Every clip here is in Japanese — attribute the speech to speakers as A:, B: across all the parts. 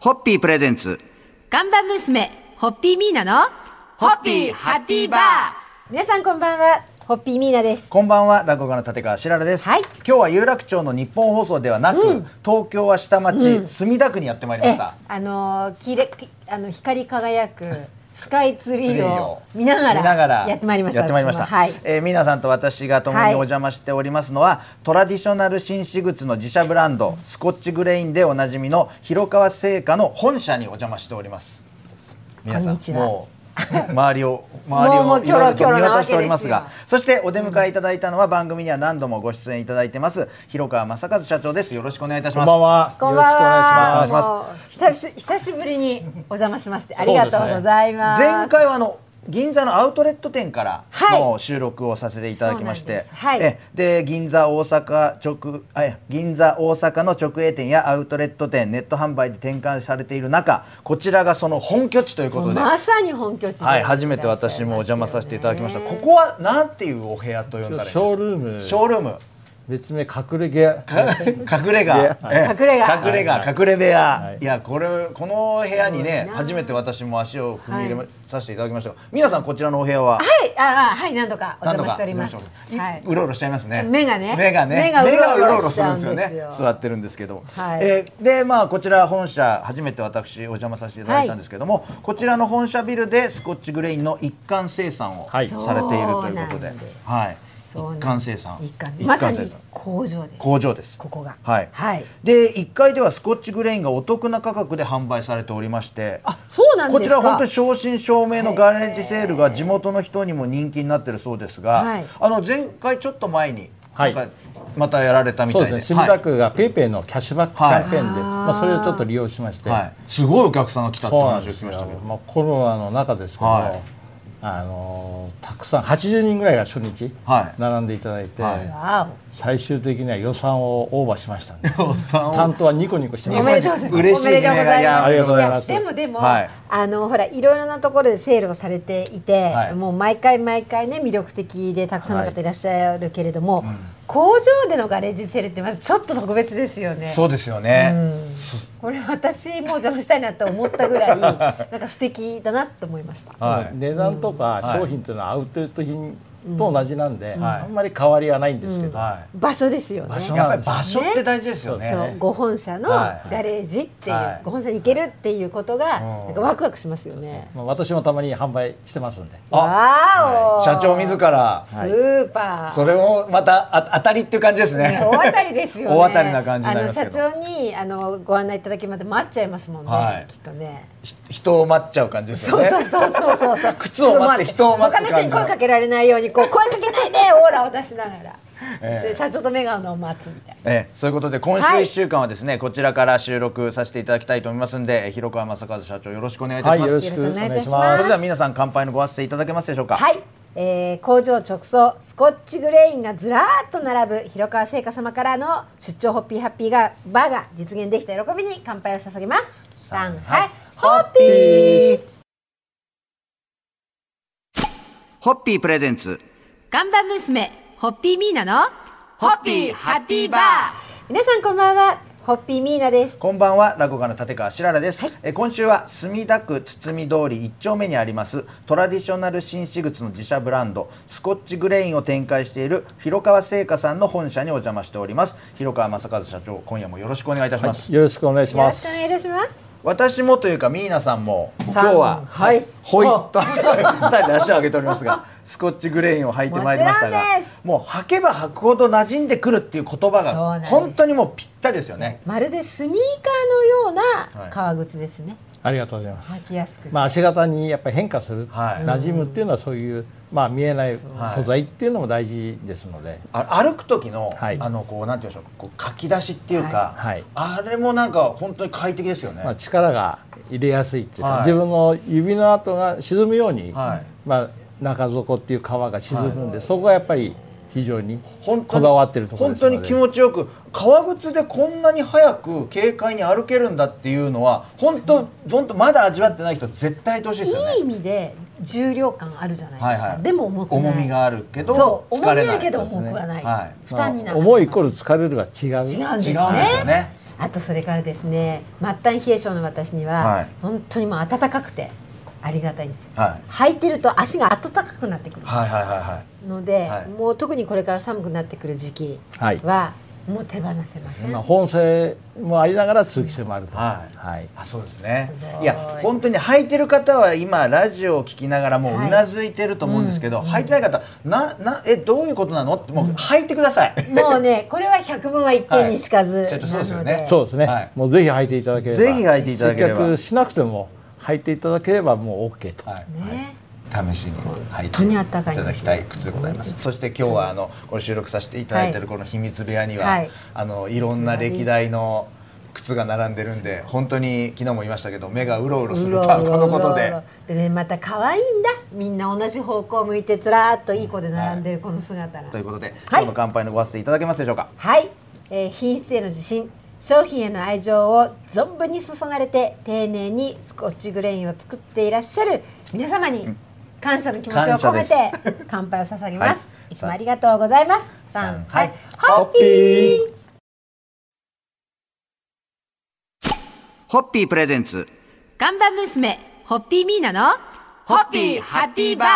A: ホッピープレゼンツ。
B: ガンバ娘、ホッピーミーナの、
A: ホッピーハッピーバー
B: 皆さんこんばんは、ホッピーミーナです。
C: こんばんは落語家の立川しららです、
B: はい
C: 今日は有楽町の日本放送ではなく、東京は下町、墨田区にやってまいりました
B: あのー、きれ、きあの、光り輝く、スカイツリ
C: ツリ
B: ー
C: ー
B: を
C: を
B: 見ながら、
C: 見ながら
B: やってまいりました。
C: やってまいりました
B: 私もはい。
C: えー皆さんと私が共にお邪魔しておりますのは、トラディショナル紳士靴の自社ブランドスコッチグレインでおなじみの広川製菓の本社にお邪魔しております皆さん
B: こんにちは
C: もう周り を周り
B: もうも
C: を
B: う
C: い
B: キョ
C: ろい
B: ロ
C: ろ
B: キ
C: と
B: ョロ
C: 見
B: な
C: 渡
B: わけ
C: しております
B: で
C: が
B: す
C: そしてお出迎えいただいたのは番組には何度もご出演いただいてます広川正和社長ですよろしくお願いいたし
D: こ
C: ま
D: ん
C: す
D: ばんは。
B: こんばんは。
D: よろしくお願いします。
B: もう久し久しぶりにお邪魔しまして、ありがとうございます。
C: 前回はあの銀座のアウトレット店から
B: はい
C: の収録をさせていただきまし
B: そうな
C: て
B: んで、すはい
C: えで銀座大阪直あいや銀座大阪の直営店やアウトレット店ネット販売で転換されている中こちらがその本拠地ということで、
B: まさに本拠地で
C: はい、初めて私もお邪魔させていただきました、ここはなんていうお部屋と呼んだらいいんです
D: シ
C: か
D: ョールーム。
C: ショールーム
D: 別名隠れ家。
C: 隠れ家、ええ
B: 隠れ家
C: 隠れ家、隠れ部屋、
D: い
C: い、やこれこの部屋に
B: す
C: ね
B: ごいな
C: 初めて私も足を踏み入れま
B: はい
C: させていただきましたが皆さんこちらのお部屋は
B: はい、ああ、はい、何度かお
C: 何
B: 邪
C: 度
B: 魔
C: か
B: しております。
C: い
B: はい。
C: うろうろしちゃいますね
B: 目がね
C: 目がね
B: 目がうろうろしち
C: する
B: ゃ
C: ん
B: う
C: で
B: んです
C: す
B: よ
C: よね座ってるんですけど、
B: はい
C: えーでまあこちら本社初めて私お邪魔させていただいたんですけども、こちらの本社ビルでスコッチグレインの一貫生産をさ
D: は
C: れ
D: い
C: ているということ
B: そう
C: で,、
B: なんです
C: はい
B: そうなん
C: 一貫生産
B: 一貫
C: 一
B: まさ
C: 貫生
B: に
C: 産
B: 工場です。
C: 工場です
B: ここが。
C: はい
B: はい。
C: で1階ではスコッチグレインがお得な価格で販売されておりまして
B: あ、そうなんですか。
C: こちら本当に正真正銘のガレージセールが地元の人にも人気になってるそうですが、
B: はい
C: あの前回ちょっと前に
D: は
C: なん
D: い
C: かまたやられたみた
D: そ
C: いうで,、
D: ですね。墨田
C: は
D: 区がペイペイのキャッシュバックキャンペーンで、まあそれをちょっと利用しまして
C: い、はいすごいお客さんが来たって
D: そうな
C: 話
D: ん
C: を
D: で
C: 聞
D: す
C: き
D: よ
C: ましたけど。
D: まあコロナの中ですけど
C: はい
D: も、あのーたくさん80人ぐらいが初日
C: はい
D: 並んでいただいて、
C: は
B: わ
D: 最終的には予算をオーバーしましたんで、
C: おさんを
D: 担当はニコニコして
B: お。
D: ま
B: お
D: し
B: め
D: た
B: でとうございます。
C: 嬉しい
B: おめでとうござい
C: いや
B: ます。
D: ありがとうございます
B: やでもでも、
C: はい
B: あのほらいろいろなところでセールをされていて、
C: はい
B: もう毎回毎回ね魅力的でたくさんの方いらっしゃるけれども、工場でのガレージセールってまずちょっと特別ですよね。
C: そうですよね、
B: これ私もお邪魔したいなと思ったぐらいなんか素敵だなと思いました。
C: はい
D: 値段とか
C: い
D: 商品というのはアウトレット品と同じなんで、
C: はい
D: あんまり変わりはないんですけど、
C: は
B: 場所ですよね。
C: い、
D: 所
C: やっぱり場所って大事ですよね
B: そうご本社の
C: はい
B: ガレージっていう、
C: はい
B: ご本社に行けるっていうことが
C: うん
B: なんかワクワクしますよね。
D: まあ私もたまに販売してますんで。
C: あ
B: わーおー
C: 社長自ら
B: スーパー。
C: それをまたあ当たりっていう感じですね
B: ね大当たりですよ ね。
C: 大当たりな感じになりますけど
B: あの社長にあのご案内いただきまで待っちゃいますもんね。
C: はい
B: きっとね。
C: ひ人を待っちゃう感じですよ
B: そう
C: ね
B: そうそうそうそうそう。
C: 靴を待って人を待つ
B: 他の人に声かけられないようにこう声かけないでオーラを出しながら、
C: ええ
B: 社長とメガネを待つみたいな。
C: ええ、そういうことで今週
B: はい
C: 1週間はですね、こちらから収録させていただきたいと思いますんでえ広川正和社長よろしくお願いいた
D: は
C: し
D: い、
C: ま
D: よ
C: す、
D: ろしくお願いいたし
B: よろ
D: ま
C: それ
B: しく
D: す
C: で。は皆さん乾杯のご発声いただけますでしょうか
B: はい、えー工場直送スコッチグレインがずらーっと並ぶ広川製菓様からの出張ホッピーハッピーがバーが実現できた喜びに乾杯を捧げますさんはいホッピー
A: ホッピープレゼンツ。
B: ガンバ娘ホッピーミーナの
A: ホッピーハッピーバー
B: 皆さんこんばんはホッピーミーナです
C: こんばんは落語家の立川しららです、え今週は墨田区堤通り1丁目にありますトラディショナル紳士靴の自社ブランドスコッチグレインを展開している広川製菓さんの本社にお邪魔しております広川正和社長今夜もよろしくお願いいたします、
D: はいよろしくお願いし
B: よろ
D: ま
B: し
D: す
B: くお。願いいたします
C: 私もというかミーナさんも今
B: さ
C: 日
B: ん
C: は
B: はい
C: ほいっと二人で足を上げておりますがスコッチグレインを履いてまいりましたが
B: もちろんです
C: もう履けば履くほど馴染んでくるっていう言葉
B: そうなん
C: が
B: です
C: 本当にもうぴったりですよね
B: まるでスニーカーのよう
C: は
B: ない革靴ですね、
D: ありがとうございます。
B: 履きやすくて
D: まあ足型にやっぱり変化する、
C: はい
D: 馴染むっていうのはそういうまあ見えない
C: はい
D: 素材っていうのも大事ですので、
C: あ歩く時の、
D: はい
C: あのこうなんていうんでしょうこう書き出しっていうか、
D: はいはい
C: あれもなんか本当に快適ですよね、
D: まあ力が入れやすいっていうか、
C: はい
D: 自分の指の跡が沈むように、
C: はい
D: まあ中底っていう皮が沈むんで、そこがやっぱり非常に
C: 本当
D: こ
C: に
D: だわってるところ
C: 本
D: です
C: 当
D: ので。
C: に気持ちよく革靴でこんなに早く軽快に歩けるんだっていうのは本当本当まだ味わってない人絶対いてほしいですよね
B: いい意味で重量感あるじゃないですか、
C: はいはい、
B: でも重くない
C: 重みがあるけど
B: そう重
C: 疲
B: み
C: れ
B: あ
C: ない
B: るけど重くはない、
C: はい
B: 負担にな
D: ま
B: る
D: あ重いイコール疲れるが違う。
B: 違うんです
C: 違
B: ね
C: うんですよね
B: あとそれからですね末端冷え性の私には、
C: はい
B: 本当にもう暖かくてありがたいんですよ
C: は
B: 履いてると足が暖かくなってくる
C: いはいはいはいはい
B: ので、
C: はい
B: もう特にこれから寒くなってくる時期
D: はい
B: はもう手放せません、
D: まあ、本性もありながら通気性もあると、
C: はい
D: はい
C: あそうですね
B: すごい
C: いや本当に履いてる方は今ラジオを聞きながらもう
B: はいう
C: なずいてると思うんですけど、履いてない方ななえどういうことなのってもう履いてください、
B: も うねこれは百分は一見にしかず、
C: はいちょっとそうですよね
B: なの
D: そうですね、
C: はい
D: もうぜひ履いていただければ
C: ぜひ履いていただければ
D: 接客しなくても履いていただければもう OK と、
C: はい
B: ね
C: 試しに履い
B: 当
C: て
B: に
C: い
B: あったかいん
C: た
B: で
C: だ
B: す
C: きたい靴でございますそして今日はあのこれ収録させていただいて
B: はい
C: るこの秘密部屋には、
B: はいい、
C: あのいろんな歴代の靴が並んでるんで本当に昨日も言いましたけど目がうろうろす
B: う
C: る
B: ろ
C: と
B: う
C: は
B: ろ
C: このこと
B: うろう
C: で
B: ろでねまた可愛いんだみんな同じ方向向いてずらーっといい子で並んでるこの姿が
C: ということで、今
B: はい
C: 日の乾杯のごわせていただけますでしょうか
B: はい、えー品質への自信商品への愛情を存分に注がれて丁寧にスコッチグレインを作っていらっしゃる皆様に感謝の気持ちを
C: 感謝
B: 込
C: で
B: め
C: す
B: て乾杯を捧げます、、
C: はい
B: つもありがとうございますさんはいホッピー
A: ホッピープレゼンツ
B: ガンバ娘ホッピーミーナの
A: ホッピーハッピーバー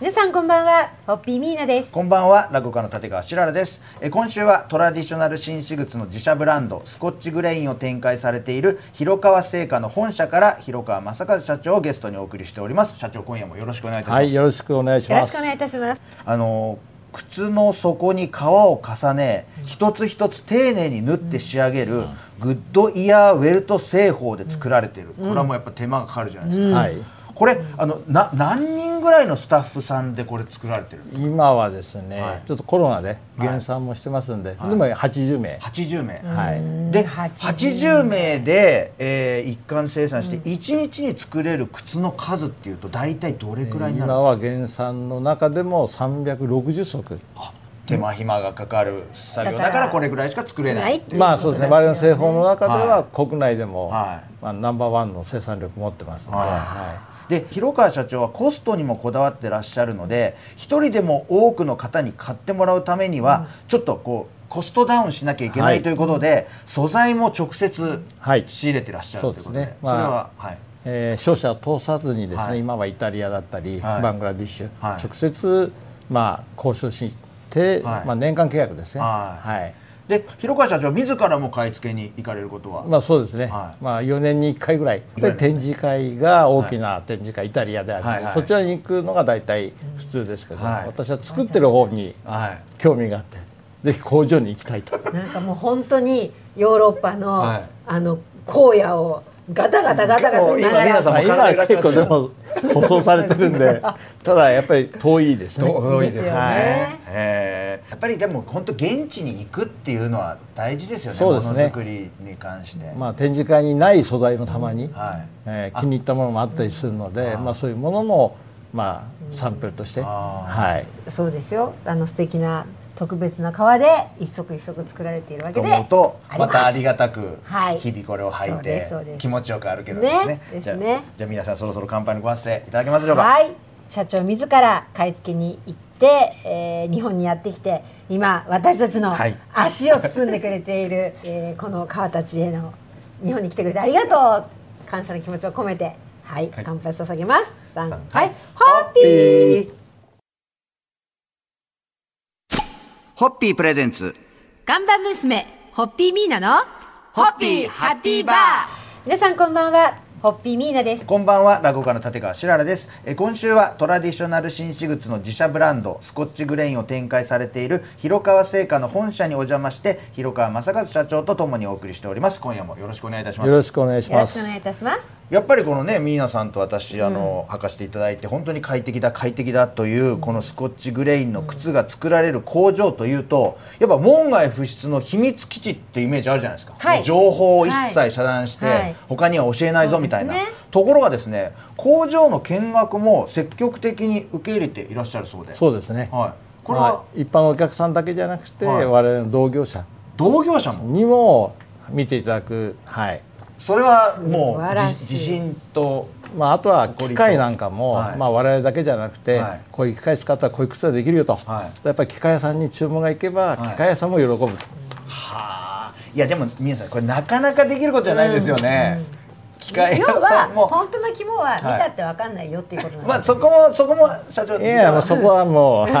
B: 皆さんこんばんはホッピーミーナです
C: こんばんは落語家の立川しららですえー今週はトラディショナル紳士靴の自社ブランドスコッチグレインを展開されている広川製菓の本社から広川正和社長をゲストにお送りしております社長今夜もよろしくお願いいたします、
D: はいよろしくお願いし
B: よろ
D: ま
B: し
D: す
B: くお願いいたします
C: あの靴の底に革を重ね一つ一つ丁寧に縫って仕上げるグッドイヤーウェルト製法で作られてる、これはもうやっぱ手間がかかるじゃないですか、
D: はい
C: これあのな何人ぐらいのスタッフさんでこれ作られてるんですか
D: 今はですね、
C: はい
D: ちょっとコロナで減産もしてますんで、でも80名、
C: 80名、
D: はい
C: で80
B: 80
C: 名で、えー一貫生産して1日に作れる靴の数っていうと大体どれくらいになるんで
D: 今
C: すか
D: は減産の中でも360足
C: あ手間暇がかかる作業だ
B: だ
C: か
B: からら
C: これぐらいしか作れないっていう
D: まあそうですね我々の製法の中では国内でも、
C: は
D: まあ、ナンバーワンの生産力持ってますので、は
C: で広川社長はコストにもこだわってらっしゃるので一人でも多くの方に買ってもらうためには、ちょっとこうコストダウンしなきゃいけな
D: はいい
C: ということで、素材も直接
D: はい
C: 仕入れてらっしゃるということで,、
D: そうですね
C: それ
D: ま
C: は、はい、
D: いえー商社を通さずにですね、
C: はい
D: 今はイタリアだったり、
C: はい
D: バングラディッシュ、
C: はい
D: 直接、まあ、交渉して、
C: はい
D: まあ、年間契約ですね、
C: はい
D: はい
C: で広川社長自らも買い付けに行かれることは、
D: まあ、そうですね、
C: はい
D: まあ、4年に1回ぐらい
C: ぐらい
D: で展示会が大きな展示会、イタリアであるので、
C: はいはい
D: そちらに行くのが大体普通ですけど、
C: はい
D: 私は作ってる方に
C: はい
D: 興味があってぜひ工場に行きたいと。
B: なんかもう本当にヨーロッパの、
C: はい
B: あの荒野をガタガタガタガタ
C: もう今
B: なが
C: 皆さん
B: ら
D: まあ今は結構で も舗装されてるん でただやっぱり遠いですね
C: 多
B: ですよね
C: えーやっぱりでも本当現地に行くっていうのは大事ですよね
D: そうですね
C: ものづくりに関して、
D: まあ、展示会にない素材もたまに、
C: はい
D: えー気に入ったものもあったりするのでまあ、そういうものも、まあ、サンプルとして、
C: あ
D: はい、
B: そうですよあの素敵な特別な革で一足一足作られているわ
C: と
B: けで
C: 思うと
B: あり
C: ま
B: ます
C: たありがたく
B: はい
C: 日々これを履
B: そう
C: い
B: ですそうで
C: て
B: す
C: 気持ちよく歩けるんですね
B: ねですね
C: じゃあじゃあ皆さんそろそろ乾杯のご発声いただけますでしょうか
B: はい社長自ら買い付けに行って、えー日本にやってきて今私たちの
C: はい
B: 足を包んでくれている、 えーこの川たちへの日本に来てくれてありがとう感謝の気持ちを込めてはい、
C: はい
B: 乾杯捧げますさん
C: さん
B: は
C: は
B: い、
C: い
B: ホッピー
A: ホッピープレゼンツ
E: ガンバ娘、ホッピーミーナの、
A: ホッピーハッピーバー
B: 皆さんこんばんはホッピーミーナです
C: こんばんは落語家の立川しららですえー今週はトラディショナル紳士靴の自社ブランドスコッチグレインを展開されている広川製菓の本社にお邪魔して広川正和社長とともにお送りしております今夜もよろしくお願いいたしま
D: よろ
C: す
D: しくお願いし
B: よろ
D: ま
B: しくお願い
D: す
B: いたします
C: やっぱりこのねミーナさんと私あの、履かせていただいて本当に快適だ快適だというこのスコッチグレインの靴が作られる工場というとやっぱ門外不出の秘密基地ってイメージあるじゃないですか、
B: はい
C: もう情報を一切遮断して、
B: はい
C: 他には教えないぞみたいな、
B: そうですね
C: ところがですね工場の見学も積極的に受け入れていらっしゃるそうで
D: そうですね、
C: はい、これ
D: ま
C: は
D: あ、一般のお客さんだけじゃなくて、
C: はい
D: 我々の同業者
C: 同業者も
D: にも見ていただく、はい
C: それはも
B: 素晴
C: う
B: ら
C: じ
B: しい
C: 自信と
D: まあ、あとは機械なんかも、
C: はい
D: まあ、我々だけじゃなくて、
C: はい
D: こういう機械使ったらこういう靴ができるよと、
C: はい
D: やっぱり機械屋さんに注文がいけば、
C: はい
D: 機械屋さんも喜ぶと、
C: はあいやでも皆さんこれなかなかできることじゃないですよね、機械
B: 要
C: 屋さ
B: は
C: んも
B: 本当の肝は見たってわかんないよっていうことなんです、
C: まあそこもそこも社長
D: いやもうそこはもう、はい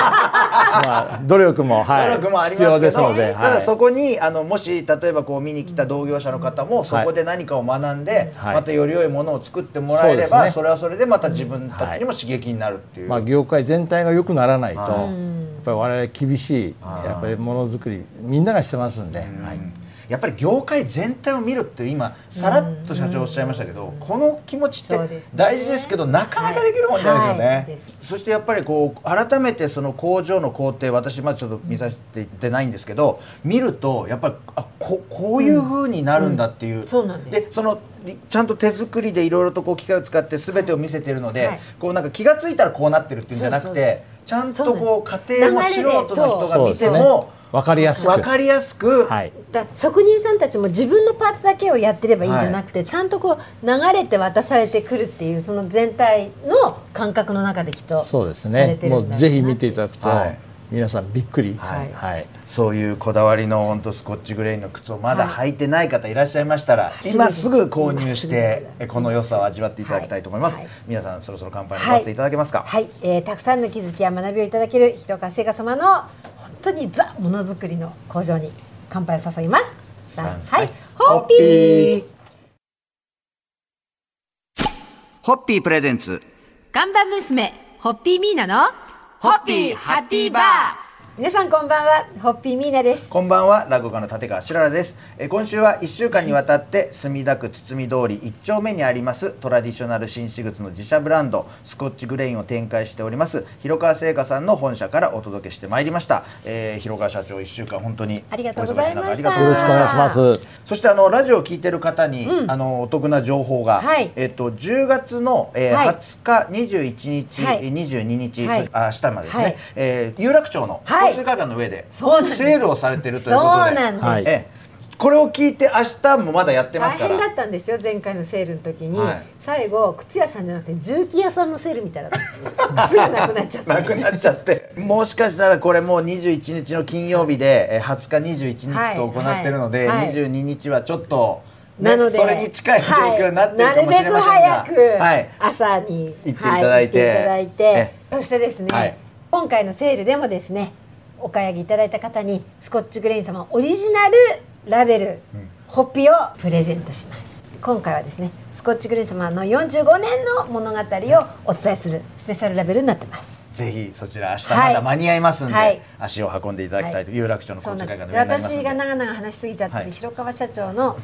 D: はいまあ、努力も、はい、
C: 努力もあります
D: 必
C: けど
D: 要ですので、
C: ただそ
D: は
C: こにあのもし例えばこう見に来た同業者の方もそこで何かを学んで、
D: はい
C: またより良いものを作ってもらえれば、
D: そうですね
C: それはそれでまた自分たちにも刺激になるってい
D: い、
C: う、
D: まあ、業界全体が良くならないと、
C: は
D: やっぱり我々厳しいやっぱりものづくりみんながしてますんで、はい
C: やっぱり業界全体を見るって今さらっと社長おっしゃいましたけど、この気持ちって
B: そうですね
C: 大事ですけどなかなかできるもんじゃないですよね、
B: はいです
C: そしてやっぱりこう改めてその工場の工程私まあちょっと見させていってないんですけど見るとやっぱりあここういう風になるんだっていう、
B: そうなんです
C: でそのりちゃんと手作りでいろいろとこう機械を使って全てを見せているので、
B: はい
C: こうなんか気がついたらこうなってるっていうんじゃなく
B: そうそう
C: てちゃんとこう
B: う
C: 家
B: なん
C: 庭を
B: で
C: 素人の人
B: す
D: そう
C: が
D: で
C: 見
D: す
C: て
D: ね
C: も
D: 分かりやすく
C: 分かりやすく、
D: はい、
B: だ職人さんたちも自分のパーツだけをやってればいいんじゃなくて、ちゃんとこう流れて渡されてくるっていうその全体の感覚の中できっと
D: そうです
B: され
D: ね
B: てるんだ
D: も
B: ろな
D: うぜひ見ていただくと、
C: はい
D: 皆さんびっくり、
B: はい
D: はい
C: そういうこだわりの本当スコッチグレーの靴をまだ
B: は
C: 履いてない方いらっしゃいましたら、
B: い
C: 今すぐ購入して
B: 今すぐ
C: えこの良さを味わっていただきたいと思います、
B: はい
C: 皆さんそろそろ乾杯にさせていただけますか、
B: はい、えーたくさんの気づきや学びをいただける広川製菓様の本当にザものづくりの工場に乾杯を注ぎますさんはいホッピー
A: ホッピープレゼンツ
E: 看板娘、ホッピーミーナの、
A: ホッピーハッピーバー
B: 皆さんこんばんはホッピーミーナです
C: こんばんは落語家の立川しららですえ今週は1週間にわたって墨田区堤通り1丁目にありますトラディショナル紳士靴の自社ブランドスコッチグレインを展開しております広川製菓さんの本社からお届けしてまいりました、えー広川社長1週間本当に
B: ありがとうございました
C: お忙しい中ありがとうご
D: よろ
C: ざい
D: しくお
C: ました
D: 願いします
C: そしてあのラジオを聞いてる方に、あのお得な情報が、
B: はい
C: えっと10月の、えー
B: はい
C: 20日、21日、
B: はい
C: えー22日、
B: はい
C: あ明日までですね、
B: はい
C: えー有楽町の
B: はい
C: 交通会館の上で、
B: そうなんです
C: セールをされてると
B: そ
C: いううことで、
B: なんです、
D: はい
C: えーこれを聞いて明日もまだやってま
B: 大
C: すから。
B: 変だったんですよ前回のセールの時に、
C: はい
B: 最後靴屋さんじゃなくて重機屋さんのセールみたいだった靴がなくなっちゃった
C: なくなっちゃってもしかしたらこれもう21日の金曜日でえー20日21日と行ってるので、
B: はいはい
C: 22日はちょっと、ね
B: なので、
C: それに近い状況になってるかもしれませんが、
B: はいなるべく
C: は
B: 早
C: い
B: く朝に
C: 行っていただいて
B: は行っていただい
C: え
B: てそしてですね、
C: はい
B: 今回のセールでもですねお買い上げいただいた方にスコッチグレイン様オリジナルラベル、ホッピをプレゼントします今回はですねスコッチグレイン様の45年の物語をお伝えするスペシャルラベルになってます
C: ぜひそちら明日まだ間に合いますんで、
B: はいはい
C: 足を運んでいただきたいと、
B: はい
C: 有楽町の
B: そう
C: 交
B: な
C: 通
B: んで
C: 会館の上になりま
B: すで
C: す
B: 私
C: ので
B: が長々話しすぎちゃってる、
C: はい
B: 広川社長の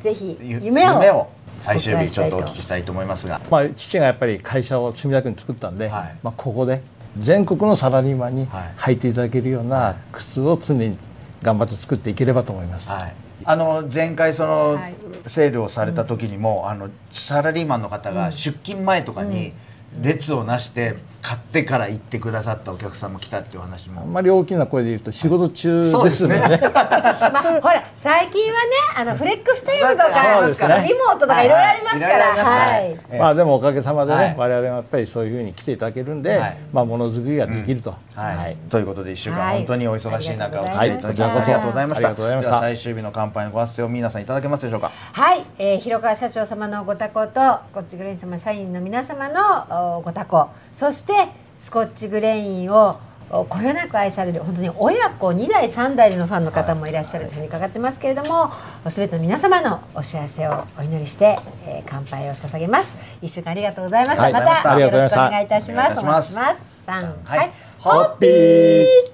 B: ぜひ
C: ゆ
B: 夢を
C: 最終日ちょっとお
B: お伺い
C: 聞きしたいと思いますが
D: まあ、父がやっぱり会社を墨田区に作ったんで、
C: はい
D: まあ、ここで全国のサラリーマンに
C: はい
D: 履いていただけるような靴を常に頑張って作っていければと思います。
C: はいあの前回その
B: はい
C: セールをされた時にも、あのサラリーマンの方が出勤前とかに列をなして買ってから行ってくださったお客さんも来たっていう話
D: あ
C: も
D: んまり大きな声で言うと仕事中
C: そう
D: で
C: です
D: す
C: ね
D: ので、ね、
B: まあ、ほら最近はねあのフレックスタイムと
C: そうです
B: か、
C: ね
B: リモートとかいろいろありますから、
C: は
B: はいい
C: いろいろありますねええ
D: まあでもおかげさまでね、
C: はい
D: 我々はやっぱりそういうふうに来ていただけるんで、
C: はい
D: まあものづくりができると、
C: はい、
D: はい
C: ということで一週間
B: はい
C: 本当にお忙しい中お付き合いいただき
D: はい
C: ありがとうございました。
D: ありがとうございました
C: では最終日の乾杯のご発声を皆さんいただけますでしょうか。
B: はい、えー広川社長様のご多幸とスコッチグレイン様社員の皆様のおご多幸そしてスコッチグレインをおこよなく愛される本当に親子2代3代のファンの方もいらっしゃるというふうに伺ってますけれどもすべての皆様のお幸せをお祈りして、えー乾杯を捧げます一週間ありがとうございました、
D: はい
B: ま
C: ありがとうご
B: た
D: ざ
B: よ
D: いま
B: ろ
D: し
B: しくお
D: た
B: 願いいたします
C: お
B: お
C: 願
B: 願
C: い
B: い
C: いた
B: し
C: し
B: ま
C: ます
B: す三はい、
C: ホッピー。